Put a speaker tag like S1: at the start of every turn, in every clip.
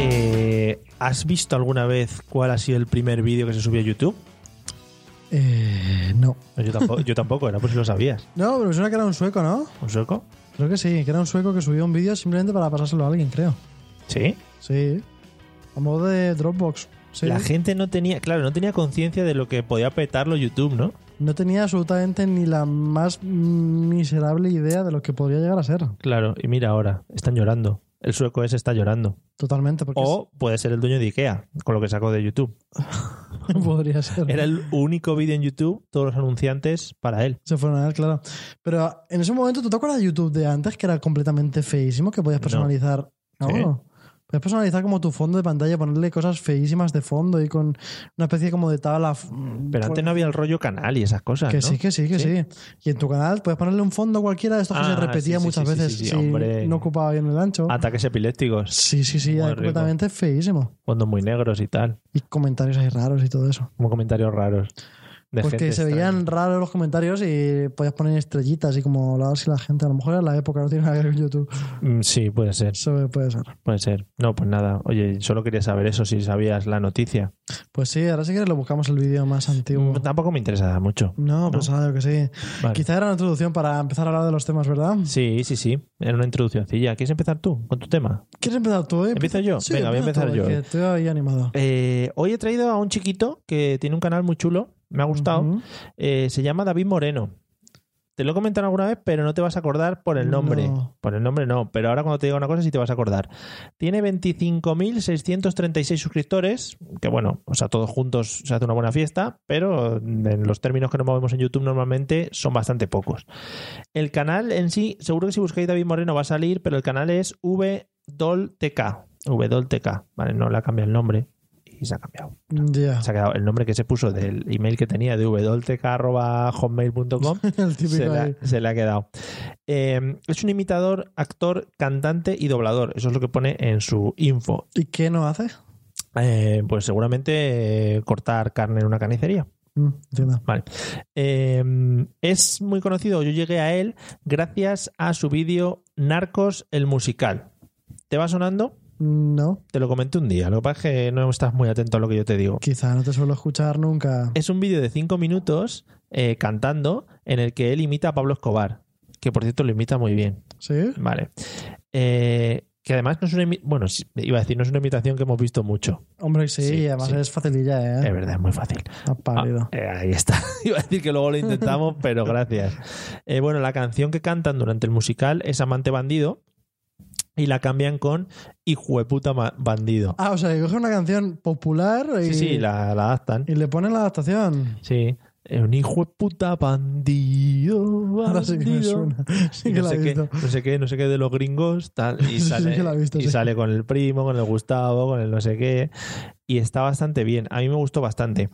S1: Eh, ¿Has visto alguna vez cuál ha sido el primer vídeo que se subió a YouTube?
S2: Eh, no.
S1: No, Yo tampoco, yo tampoco era por si lo sabías.
S2: No, pero me suena que era un sueco, ¿no?
S1: ¿Un sueco?
S2: Creo que sí, que era un sueco que subió un vídeo simplemente para pasárselo a alguien, creo.
S1: Sí.
S2: Sí. A modo de Dropbox. Sí.
S1: La gente no tenía, claro, no tenía conciencia de lo que podía petarlo YouTube, ¿no?
S2: No tenía absolutamente ni la más miserable idea de lo que podría llegar a ser.
S1: Claro, y mira ahora, están llorando. El sueco ese está llorando.
S2: Totalmente, porque
S1: O puede ser el dueño de Ikea, con lo que sacó de YouTube.
S2: sí, podría ser.
S1: Era el único vídeo en YouTube, todos los anunciantes para él.
S2: Se fueron a ver, claro. Pero en ese momento, ¿tú te acuerdas de YouTube de antes que era completamente feísimo? Que podías personalizar. No.
S1: Sí.
S2: Podías personalizar como tu fondo de pantalla, ponerle cosas feísimas de fondo y con una especie como de tabla. mm,
S1: Pero antes no había el rollo canal y esas cosas.
S2: Que
S1: ¿no?
S2: sí, que sí, que sí. Y en tu canal puedes ponerle un fondo cualquiera de estos que
S1: Ah,
S2: se repetía
S1: sí, sí,
S2: muchas
S1: sí, sí,
S2: veces
S1: sí, sí,
S2: si
S1: hombre.
S2: no ocupaba bien el ancho.
S1: Ataques epilépticos,
S2: Sí, sí, sí,
S1: Muy
S2: era
S1: rico.
S2: completamente feísimo.
S1: fondos muy negros y tal.
S2: Y comentarios ahí raros y todo eso.
S1: Como comentarios raros. De
S2: Pues que
S1: gente
S2: se
S1: extraña.
S2: veían raros los comentarios y podías poner estrellitas y como la si la gente, a lo mejor era la época, no tiene nada que ver con YouTube.
S1: Mm, Sí, puede ser,
S2: Eso puede ser.
S1: puede ser. No, pues nada. Oye, solo quería saber eso, si sabías la noticia.
S2: Pues sí, ahora sí que lo buscamos el vídeo más antiguo.
S1: Mm, Tampoco me interesaba mucho.
S2: No, pues ahora que sí.
S1: Vale.
S2: Quizá era una introducción para empezar a hablar de los temas, ¿verdad?
S1: Sí, sí, sí. Era una introduccióncilla. ¿Quieres empezar tú con tu tema?
S2: ¿Quieres empezar tú? eh?
S1: ¿Empiezo yo?
S2: Sí,
S1: Venga, voy a
S2: empieza
S1: empezar
S2: tú,
S1: yo.
S2: que estoy ahí animado.
S1: Eh, hoy he traído a un chiquito que tiene un canal muy chulo. Me ha gustado.
S2: Ujú.
S1: Eh, se llama David Moreno. Te lo he comentado alguna vez, pero no te vas a acordar por el nombre.
S2: No.
S1: Por el nombre no, pero ahora cuando te diga una cosa sí te vas a acordar. Tiene 25.636 suscriptores, que bueno, o sea, todos juntos se hace una buena fiesta, pero en los términos que nos movemos en YouTube normalmente son bastante pocos. El canal en sí, seguro que si buscáis David Moreno va a salir, pero el canal es VDolTK. VDolTK, ¿vale? No le ha cambiado el nombre y se ha cambiado
S2: Ya.
S1: se ha quedado el nombre que se puso del email que tenía de www.hotmail.com
S2: El típico
S1: se, le
S2: ahí.
S1: ha- se le ha quedado. Eh, es un imitador, actor, cantante y doblador. Eso es lo que pone en su info.
S2: ¿Y qué no hace?
S1: Eh, pues seguramente eh, cortar carne en una carnicería.
S2: Mm, entiendo.
S1: Vale. Eh, es muy conocido, yo llegué a él gracias a su vídeo Narcos el musical. ¿Te va sonando?
S2: No,
S1: Te lo comenté un día, lo que pasa es que no estás muy atento a lo que yo te digo.
S2: quizá no te suelo escuchar nunca.
S1: es un vídeo de 5 minutos eh, cantando en el que él imita a Pablo Escobar, que por cierto lo imita muy bien.
S2: ¿Sí?
S1: Vale. Eh, que además no es una imi- bueno, sí, iba a decir, no es una imitación que hemos visto mucho.
S2: Hombre, sí,
S1: Sí,
S2: y además
S1: sí.
S2: es facililla,
S1: Es
S2: ¿eh?
S1: verdad, es muy fácil.
S2: Está pálido.
S1: Ah, eh, ahí está. Iba a decir que luego lo intentamos, pero gracias. Eh, bueno, la canción que cantan durante el musical es Amante Bandido y la cambian con Hijo de puta ma- bandido.
S2: Ah, o sea, que coge una canción popular y,
S1: Sí, sí, la, la adaptan.
S2: y le ponen la adaptación.
S1: Sí. Eh, Un hijo de puta bandido.
S2: Ahora sí que me
S1: bandido.
S2: suena. Sí
S1: Y
S2: que
S1: no,
S2: la he
S1: sé qué,
S2: visto.
S1: no sé qué, no sé qué de los gringos, tal, y,
S2: Sí, sí
S1: sale,
S2: que la he visto,
S1: y
S2: sí.
S1: sale con el primo, con el Gustavo, con el no sé qué, y está bastante bien, a mí me gustó bastante.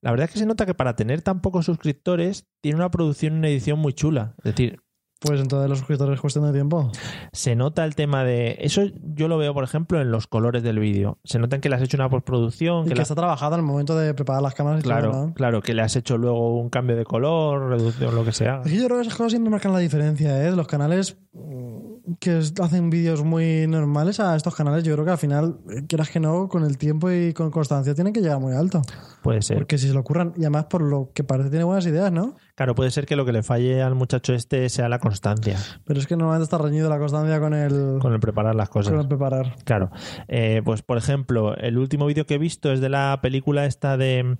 S1: La verdad es que se nota que para tener tan pocos suscriptores, tiene una producción y una edición muy chula, es decir,
S2: Pues entonces los suscriptores es cuestión de tiempo.
S1: se nota el tema de... Eso yo lo veo, por ejemplo, en los colores del vídeo, se notan que le has hecho una postproducción,
S2: Y
S1: que
S2: que
S1: le has-
S2: está trabajado en el momento de preparar las cámaras y todo,
S1: Claro,
S2: ¿no?
S1: claro, que le has hecho luego un cambio de color, reducción, lo que sea.
S2: Aquí yo creo que esas cosas siempre marcan la diferencia, ¿eh? Los canales mm, que es- hacen vídeos muy normales a estos canales, yo creo que al final, eh, quieras que no, con el tiempo y con constancia tienen que llegar muy alto.
S1: Puede ser.
S2: Porque si se lo ocurran, y además por lo que parece tiene buenas ideas, ¿no?
S1: Claro, puede ser que lo que le falle al muchacho este sea la constancia
S2: Pero es que normalmente está reñido la constancia con el,
S1: con el preparar las cosas.
S2: con el preparar.
S1: Claro. Eh, pues, por ejemplo, el último vídeo que he visto es de la película esta de.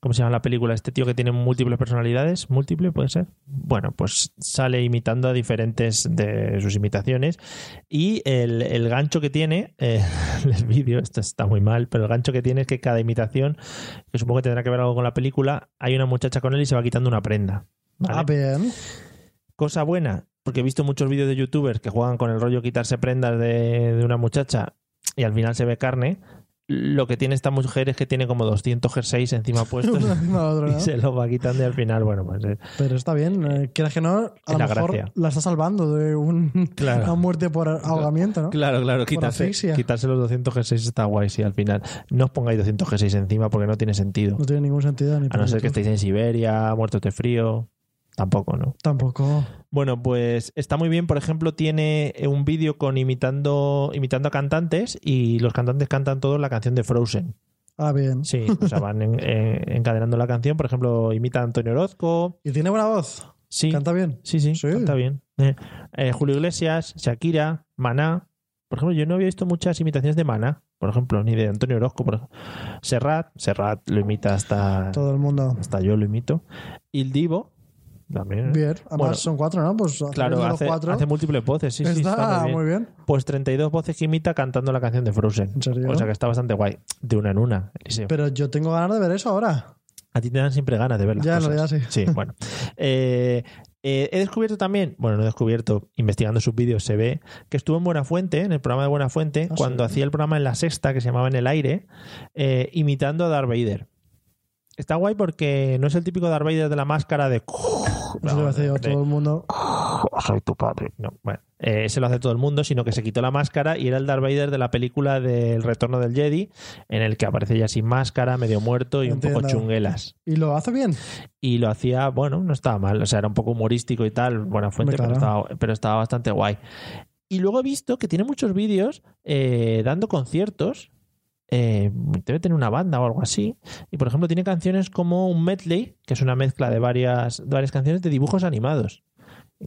S1: ¿Cómo se llama la película? Este tío que tiene múltiples personalidades. ¿Múltiple puede ser? Bueno, pues sale imitando a diferentes de sus imitaciones. Y el, el gancho que tiene, eh, el vídeo, esto está muy mal, pero el gancho que tiene es que cada imitación, que supongo que tendrá que ver algo con la película, hay una muchacha con él y se va quitando una prenda. ¿vale?
S2: Ah, bien.
S1: Cosa buena, porque he visto muchos vídeos de youtubers que juegan con el rollo quitarse prendas de, de una muchacha y al final se ve carne. Lo que tiene esta mujer es que tiene como 200 jerseys encima puestos
S2: Uno encima del otro,
S1: y
S2: ¿no?
S1: se los va quitando y al final, bueno, pues eh,
S2: Pero está bien, eh, quieras que no, a
S1: es
S2: lo
S1: la
S2: mejor
S1: gracia.
S2: la está salvando de un,
S1: Claro.
S2: una muerte por ahogamiento, ¿no?
S1: Claro, claro, quitarse,
S2: asfixia.
S1: quitarse los 200 G6 está guay, sí, al final. No os pongáis 200 G6 encima porque no tiene sentido.
S2: No tiene ningún sentido ni
S1: A no ser que
S2: esté
S1: estéis en Siberia, muertos de frío. Tampoco, ¿no?
S2: Tampoco.
S1: Bueno, pues está muy bien. Por ejemplo, tiene eh, un vídeo con imitando, imitando a cantantes y los cantantes cantan todos la canción de Frozen.
S2: Ah, bien.
S1: Sí, o sea, van en- en- encadenando la canción. Por ejemplo, imita a Antonio Orozco.
S2: ¿Y tiene buena voz?
S1: Sí,
S2: ¿Canta bien?
S1: sí, sí,
S2: Sí.
S1: canta bien. Eh, eh, Julio Iglesias, Shakira, Maná. Por ejemplo, yo no había visto muchas imitaciones de Maná, por ejemplo, ni de Antonio Orozco. Por ejemplo. Serrat, Serrat lo imita hasta,
S2: Todo el mundo.
S1: hasta yo lo imito. Y el Divo, también.
S2: Bien. Además
S1: Bueno.
S2: son cuatro, ¿no? Pues a
S1: Claro,
S2: través de los
S1: hace,
S2: cuatro
S1: hace múltiples voces, sí, sí,
S2: está,
S1: está muy bien.
S2: muy bien.
S1: Pues 32 voces que imita cantando la canción de Frozen.
S2: ¿En serio?
S1: O sea que está bastante guay. De una en una, Eliseo.
S2: Pero yo tengo ganas de ver eso ahora.
S1: A ti te dan siempre ganas de verla.
S2: Ya, en realidad
S1: sí. bueno. Eh, eh, he descubierto también, bueno, no he descubierto, investigando sus vídeos se ve que estuvo en Buenafuente, en el programa de Buenafuente,
S2: Ah,
S1: cuando
S2: sí.
S1: hacía el programa en la sexta que se llamaba En el Aire, eh, imitando a Darth Vader. Está guay porque no es el típico Darth Vader de la máscara de.
S2: Eso lo hace yo
S1: de-
S2: todo el mundo.
S1: soy tu padre. No, bueno, eh, se lo hace todo el mundo, sino que se quitó la máscara y era el Darth Vader de la película del Retorno del Jedi, en el que aparece ya sin máscara, medio muerto y un poco
S2: Entiendo.
S1: chunguelas.
S2: Y lo hace bien.
S1: Y lo hacía, bueno, no estaba mal, o sea, era un poco humorístico y tal, buena fuente,
S2: Hombre,
S1: pero,
S2: claro.
S1: estaba, pero estaba bastante guay. Y luego he visto que tiene muchos vídeos eh, dando conciertos. eh, debe tener una banda o algo así. Y por ejemplo, tiene canciones como un medley, que es una mezcla de varias, de varias canciones de dibujos animados.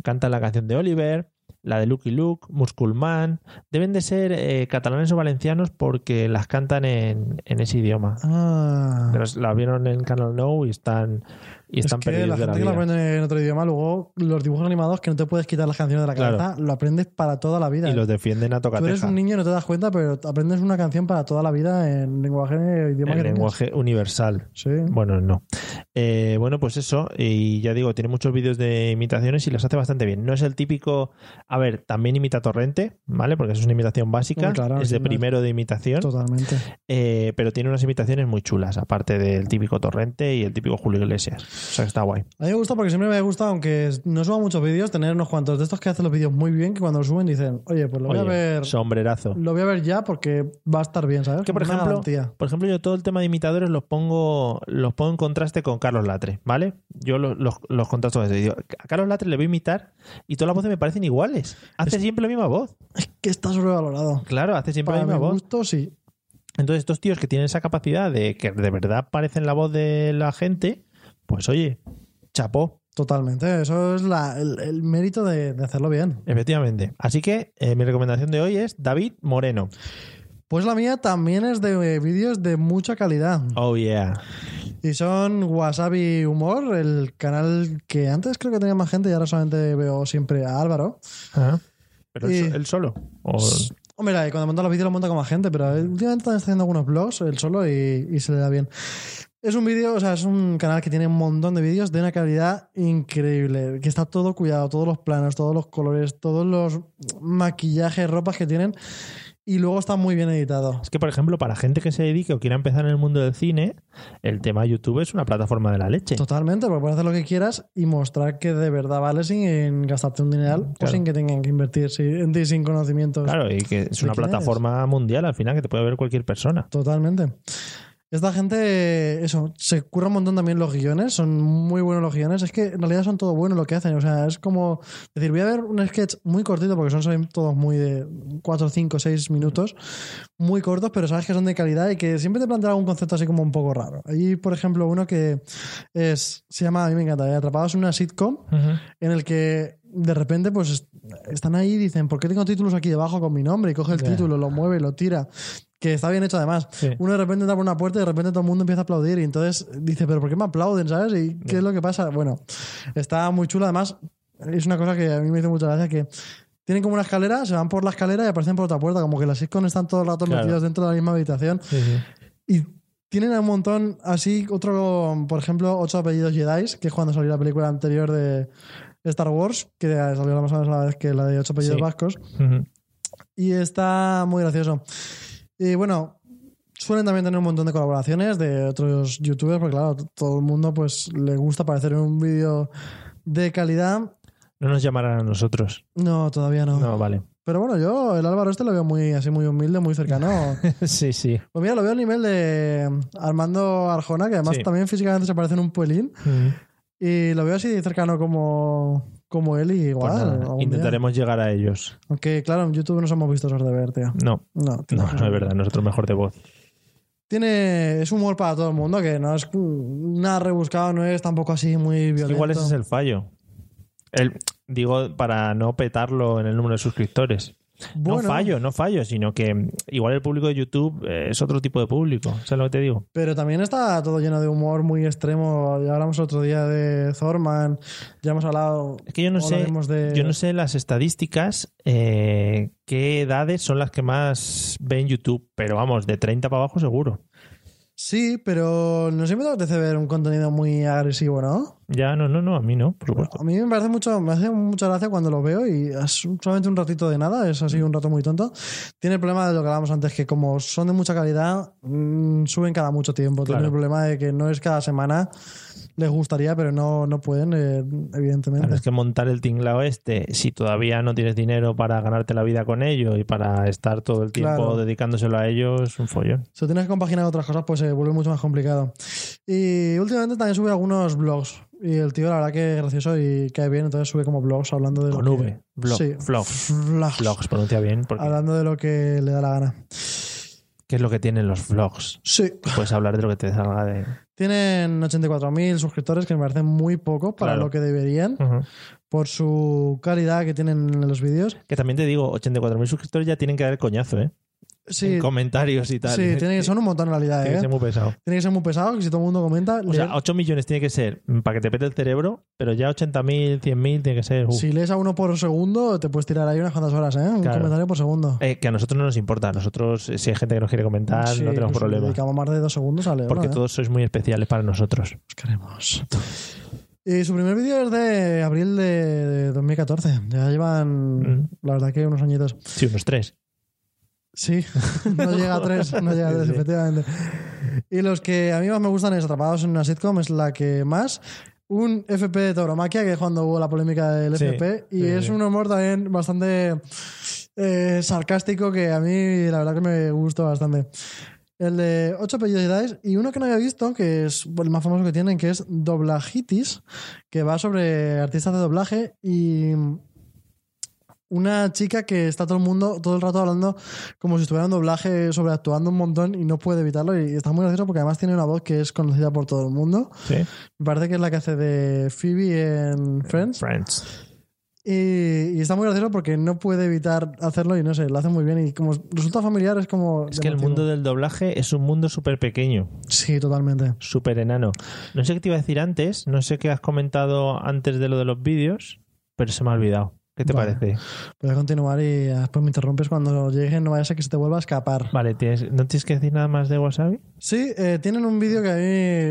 S1: Canta la canción de Oliver, la de Lucky Luke, Musculman. Deben de ser eh, catalanes o valencianos porque las cantan en, en ese idioma.
S2: Ah.
S1: Pero es- la vieron en Canal Now y están, y están
S2: es que
S1: perdidos
S2: la
S1: de
S2: gente
S1: la
S2: que lo
S1: vida.
S2: aprende en otro idioma, luego los dibujos animados que no te puedes quitar las canciones de la
S1: Claro.
S2: cabeza, lo aprendes para toda la vida.
S1: y los defienden a
S2: Tú eres
S1: tocateja.
S2: un niño y no te das cuenta, pero aprendes una canción para toda la vida en lenguaje idioma que
S1: El
S2: tengas.
S1: lenguaje universal.
S2: Sí.
S1: Bueno, no. Eh, bueno, pues eso. Y ya digo, tiene muchos vídeos de imitaciones y los hace bastante bien. No es el típico. A ver, también imita a Torrente, ¿vale? Porque eso es una imitación básica.
S2: Hombre, claro,
S1: es de
S2: sin más.
S1: primero de imitación.
S2: Totalmente.
S1: Eh, pero tiene unas imitaciones muy chulas, aparte del típico Torrente y el típico Julio Iglesias. O sea, que está guay.
S2: A mí me gusta porque siempre me gusta, aunque no suba muchos vídeos, tener unos cuantos de estos que hacen los vídeos muy bien, que cuando los suben dicen, oye, pues lo voy
S1: Oye,
S2: a ver.
S1: sombrerazo.
S2: Lo voy a ver ya porque va a estar bien, ¿sabes?
S1: que por
S2: Una
S1: ejemplo,
S2: garantía.
S1: por ejemplo, yo todo el tema de imitadores los pongo, los pongo en contraste con Carlos Latre, ¿vale? Yo los, los, los contrasto con eso. Digo, a Carlos Latre le voy a imitar y todas las voces me parecen iguales. Hace siempre la misma voz.
S2: Que está sobrevalorado.
S1: Claro, hace siempre
S2: Para
S1: la
S2: mi
S1: misma voz.
S2: gusto, sí.
S1: Entonces, estos tíos que tienen esa capacidad de que de verdad parecen la voz de la gente, pues oye, chapó.
S2: Totalmente. Eso es la- el, el mérito de, de hacerlo bien.
S1: Efectivamente. Así que eh, mi recomendación de hoy es David Moreno.
S2: Pues la mía también es de eh, vídeos de mucha calidad.
S1: Oh, yeah.
S2: Y son Wasabi Humor, el canal que antes creo que tenía más gente y ahora solamente veo siempre a Álvaro.
S1: Ajá. Pero él,
S2: Y-
S1: so- él solo. O-
S2: Hombre, ahí cuando monta los vídeos lo monta con más gente, pero él últimamente también está haciendo algunos vlogs él solo y, y se le da bien. Es un vídeo, o sea, es un canal que tiene un montón de vídeos de una calidad increíble, que está todo cuidado, todos los planos, todos los colores, todos los maquillajes, ropas que tienen, y luego está muy bien editado.
S1: Es que, por ejemplo, para gente que se dedique o quiera empezar en el mundo del cine, el tema YouTube es una plataforma de la leche.
S2: Totalmente, porque puedes hacer lo que quieras y mostrar que de verdad vale sin gastarte un dineral o
S1: Claro.
S2: sin que tengan que invertir sí, en ti sin conocimientos.
S1: Claro, y que es
S2: ¿De
S1: una
S2: quién
S1: plataforma mundial al final que te puede ver cualquier persona.
S2: Totalmente. Esta gente, eso, se curra un montón también los guiones, son muy buenos los guiones. Es que en realidad son todo bueno lo que hacen. O sea, es como decir, voy a ver un sketch muy cortito, porque son- son todos muy de 4, 5, 6 minutos, muy cortos, pero sabes que son de calidad y que siempre te plantea un concepto así como un poco raro. Hay, por ejemplo, uno que es, se llama, a mí me encanta, eh, Atrapados en una sitcom, en el que de repente pues est- están ahí y dicen, ¿por qué tengo títulos aquí debajo con mi nombre? Y coge el
S1: Ya.
S2: título, lo mueve, lo tira, que está bien hecho además.
S1: Sí.
S2: Uno de repente entra por una puerta y de repente todo el mundo empieza a aplaudir y entonces dice, ¿pero por qué me aplauden? ¿Sabes? ¿Y qué es lo que pasa? Bueno, está muy chulo además. Es una cosa que a mí me hizo mucha gracia que... Tienen como una escalera, se van por la escalera y aparecen por otra puerta, como que las sitcoms están todo el rato
S1: Claro.
S2: metidos dentro de la misma habitación. Y tienen un montón así, otro, por ejemplo, ocho apellidos Jedi, que es cuando salió la película anterior de Star Wars, que salió la más o menos a la vez que la de ocho apellidos
S1: Sí.
S2: vascos.
S1: Ujú.
S2: Y está muy gracioso. Y bueno, suelen también tener un montón de colaboraciones de otros youtubers, porque claro, todo el mundo pues le gusta aparecer en un vídeo de calidad.
S1: No nos llamarán a nosotros.
S2: No, todavía no.
S1: No, vale.
S2: Pero bueno, yo el Álvaro este lo veo muy así muy humilde, muy cercano.
S1: sí, sí.
S2: Pues mira, lo veo al nivel de Armando Arjona, que además
S1: Sí.
S2: también físicamente se parecen un puelín.
S1: Pues
S2: Y lo veo así cercano como, como él y
S1: Pues
S2: igual.
S1: nada,
S2: algún día.
S1: intentaremos llegar a ellos.
S2: Aunque claro, en YouTube nos hemos visto esos de ver, tío.
S1: No,
S2: No, tío.
S1: no, no es verdad, nosotros mejor de voz.
S2: Tiene, es humor para todo el mundo, que no es nada rebuscado, no es tampoco así muy violento.
S1: Igual ese es el fallo. El, digo, para no petarlo en el número de suscriptores.
S2: Bueno,
S1: No fallo, no fallo, sino que mm, igual el público de YouTube eh, es otro tipo de público. ¿Sabes lo que te digo?
S2: Pero también está todo lleno de humor muy extremo. Ya hablamos otro día de Thorman, ya hemos hablado...
S1: Es que yo no sé,
S2: hablaremos de-
S1: yo no sé las estadísticas, eh, qué edades son las que más ven YouTube, pero vamos, de 30 para abajo seguro.
S2: Sí, pero no siempre te apetece ver un contenido muy agresivo, ¿no?
S1: Ya, no, no, no, a mí no, por supuesto.
S2: A mí me parece mucho, me hace mucha gracia cuando lo veo y es solamente un ratito de nada, es
S1: Mm.
S2: así un rato muy tonto. Tiene el problema de lo que hablábamos antes, que como son de mucha calidad, mm, suben cada mucho tiempo. Tiene
S1: Claro.
S2: el problema de que no es cada semana, les gustaría, pero no, no pueden, eh, evidentemente.
S1: Claro, es que montar el tinglao este, si todavía no tienes dinero para ganarte la vida con ello y para estar todo el tiempo
S2: Claro.
S1: dedicándoselo a ellos, es un follón.
S2: Si lo tienes que compaginar con otras cosas, pues se vuelve mucho más complicado. Y últimamente también sube algunos blogs. Y el tío, la verdad que es gracioso y cae bien, entonces sube como blogs hablando de... lo
S1: Con
S2: que-
S1: V, blog,
S2: Sí,
S1: vlogs,
S2: Vlogs.
S1: vlogs, pronuncia bien, porque
S2: Hablando de lo que le da la gana.
S1: ¿qué es lo que tienen los vlogs?
S2: Sí.
S1: Que Puedes hablar de lo que te salga de...
S2: Tienen 84.000 suscriptores, que me parecen muy poco para
S1: Claro.
S2: lo que deberían,
S1: Ujú.
S2: por su calidad que tienen en los vídeos.
S1: Que también te digo, 84.000 suscriptores ya tienen que dar el coñazo, ¿eh?
S2: Sí,
S1: En comentarios y tal. ¿eh?
S2: sí tienen, son un montón en realidad.
S1: Tiene que
S2: ¿eh?
S1: ser muy pesado.
S2: Tiene que ser muy pesado, que si todo el mundo comenta...
S1: O
S2: leer-
S1: sea, 8 millones tiene que ser mm, para que te pete el cerebro, pero ya 80.000, 100.000 tiene que ser... uh.
S2: si lees a uno por segundo, te puedes tirar ahí unas cuantas horas, ¿eh? Un
S1: Claro.
S2: comentario por segundo.
S1: Eh, que a nosotros no nos importa. A Nosotros, eh, si hay gente que nos quiere comentar,
S2: Sí,
S1: no tenemos
S2: incluso le
S1: problema.
S2: Dedicamos más de dos segundos a leerlo,
S1: Porque
S2: ¿eh?
S1: todos sois muy especiales para nosotros.
S2: Os queremos. Y su primer vídeo es de abril de, de 2014. Ya llevan,
S1: Mm.
S2: la verdad, que unos añitos.
S1: Sí, unos tres.
S2: Sí, no llega a tres, no llega a tres,
S1: Sí.
S2: efectivamente. Y los que a mí más me gustan es Atrapados en una sitcom, es la que más. Un FP de tauromaquia, que es cuando hubo la polémica del
S1: Sí,
S2: FP, y
S1: sí,
S2: es
S1: sí.
S2: un humor también bastante eh, sarcástico que a mí la verdad que me gustó bastante. El de 8 apellidos y uno que no había visto, que es el más famoso que tienen, que es Doblajitis, que va sobre artistas de doblaje y una chica que está todo el mundo todo el rato hablando como si estuviera en doblaje sobreactuando un montón y no puede evitarlo y está muy gracioso porque además tiene una voz que es conocida por todo el mundo
S1: Sí.
S2: me parece que es la que hace de Phoebe en Friends
S1: Friends.
S2: y, y está muy gracioso porque no puede evitar hacerlo y no sé lo hace muy bien y como resulta familiar es como
S1: Es que el
S2: llamativo.
S1: mundo del doblaje es un mundo súper pequeño,
S2: sí totalmente
S1: súper enano. No sé qué te iba a decir antes, no sé qué has comentado antes de lo de los vídeos, pero se me ha olvidado. ¿Qué te
S2: Vale.
S1: parece?
S2: voy a continuar y después me interrumpes cuando llegue no vaya a ser que se te vuelva a escapar
S1: Vale, ¿tienes- ¿no tienes que decir nada más de Wasabi?
S2: Sí, eh, tienen un vídeo que a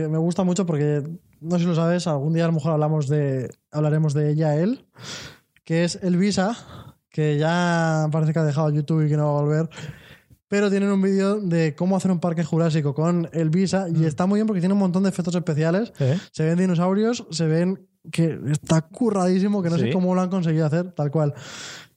S2: mí me gusta mucho porque, no sé si lo sabes, algún día a lo mejor hablamos de, hablaremos de ella, él, que es Elvisa, que ya parece que ha dejado YouTube y que no va a volver. Pero tienen un vídeo de cómo hacer un parque jurásico con Elvisa
S1: Mm.
S2: y está muy bien porque tiene un montón de efectos especiales. Se ven dinosaurios, se ven que está curradísimo, que no sé
S1: Sí.
S2: cómo lo han conseguido hacer, tal cual.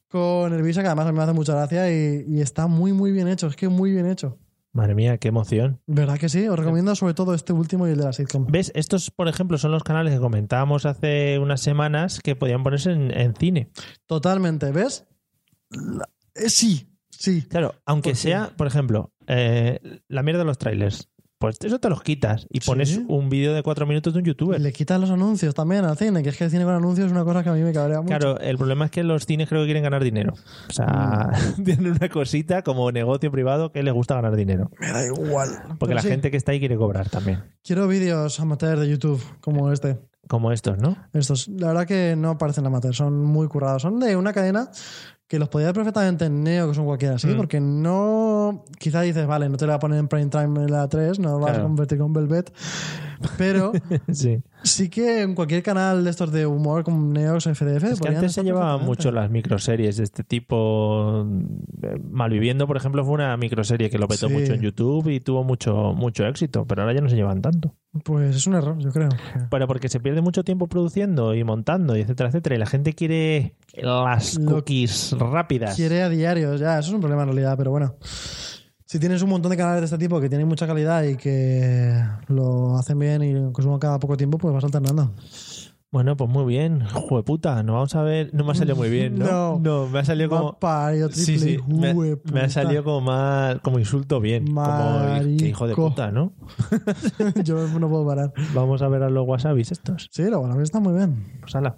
S2: Con Elvisa, que además a mí me hace mucha gracia y, y está muy, muy bien hecho. Es que muy bien hecho.
S1: Madre mía, qué emoción.
S2: ¿Verdad que sí? Os recomiendo sobre todo este último y el de la sitcom.
S1: ¿Ves? Estos, por ejemplo, son los canales que comentábamos hace unas semanas que podían ponerse en, en cine.
S2: Totalmente, ¿ves? La- eh, sí, pues sí.
S1: Claro, aunque
S2: ¿Por qué?
S1: sea, por ejemplo, eh, la mierda de los trailers. Pues eso te los quitas y
S2: Sí.
S1: pones un vídeo de cuatro minutos de un youtuber.
S2: Le quitan los anuncios también al cine, que es que el cine con anuncios es una cosa que a mí me cabrea mucho.
S1: Claro, el problema es que los cines creo que quieren ganar dinero. O sea,
S2: Mm.
S1: tienen una cosita como negocio privado que les gusta ganar dinero.
S2: Me da igual.
S1: Porque
S2: Pero
S1: la
S2: Pues sí,
S1: gente que está ahí quiere cobrar también.
S2: Quiero vídeos amateurs de YouTube como este.
S1: Como estos, ¿no?
S2: Estos, la verdad que no parecen amateurs, son muy currados. Son de una cadena que los podía ver perfectamente en Neo, que son cualquiera así,
S1: Mm.
S2: porque no. Quizá dices, vale, no te la voy a poner en prime time en la 3, no vas a
S1: Claro.
S2: convertir con Velvet. Pero
S1: sí.
S2: sí que en cualquier canal de estos de humor como Neox FDF.
S1: Es que
S2: Pues podrían
S1: antes se
S2: estar
S1: llevaban
S2: perfectamente.
S1: mucho las microseries de este tipo. Eh, Malviviendo, por ejemplo, fue una microserie que lo petó
S2: Sí.
S1: mucho en YouTube y tuvo mucho, mucho éxito, pero ahora ya no se llevan tanto.
S2: Pues es un error, yo creo.
S1: Pero porque se pierde mucho tiempo produciendo y montando, y etcétera, etcétera, y la gente quiere las
S2: Lo
S1: cookies rápidas.
S2: Quiere a diario, ya, eso es un problema en realidad, pero bueno. Si tienes un montón de canales de este tipo que tienen mucha calidad y que lo hacen bien y consuman cada poco tiempo, pues vas alternando.
S1: Bueno, pues muy bien. Jueputa, no vamos a ver. No me ha salido muy bien, ¿no?
S2: No.
S1: me ha salido como.
S2: Más parido,
S1: Sí,
S2: triple,
S1: sí, me,
S2: hue
S1: me ha
S2: puta.
S1: salido como más. Como insulto bien. Como "Qué hijo de
S2: Marico.
S1: puta, ¿no?
S2: Yo no puedo parar.
S1: Vamos a ver a los wasabis estos.
S2: Sí, lo bueno, está muy bien.
S1: Pues ala.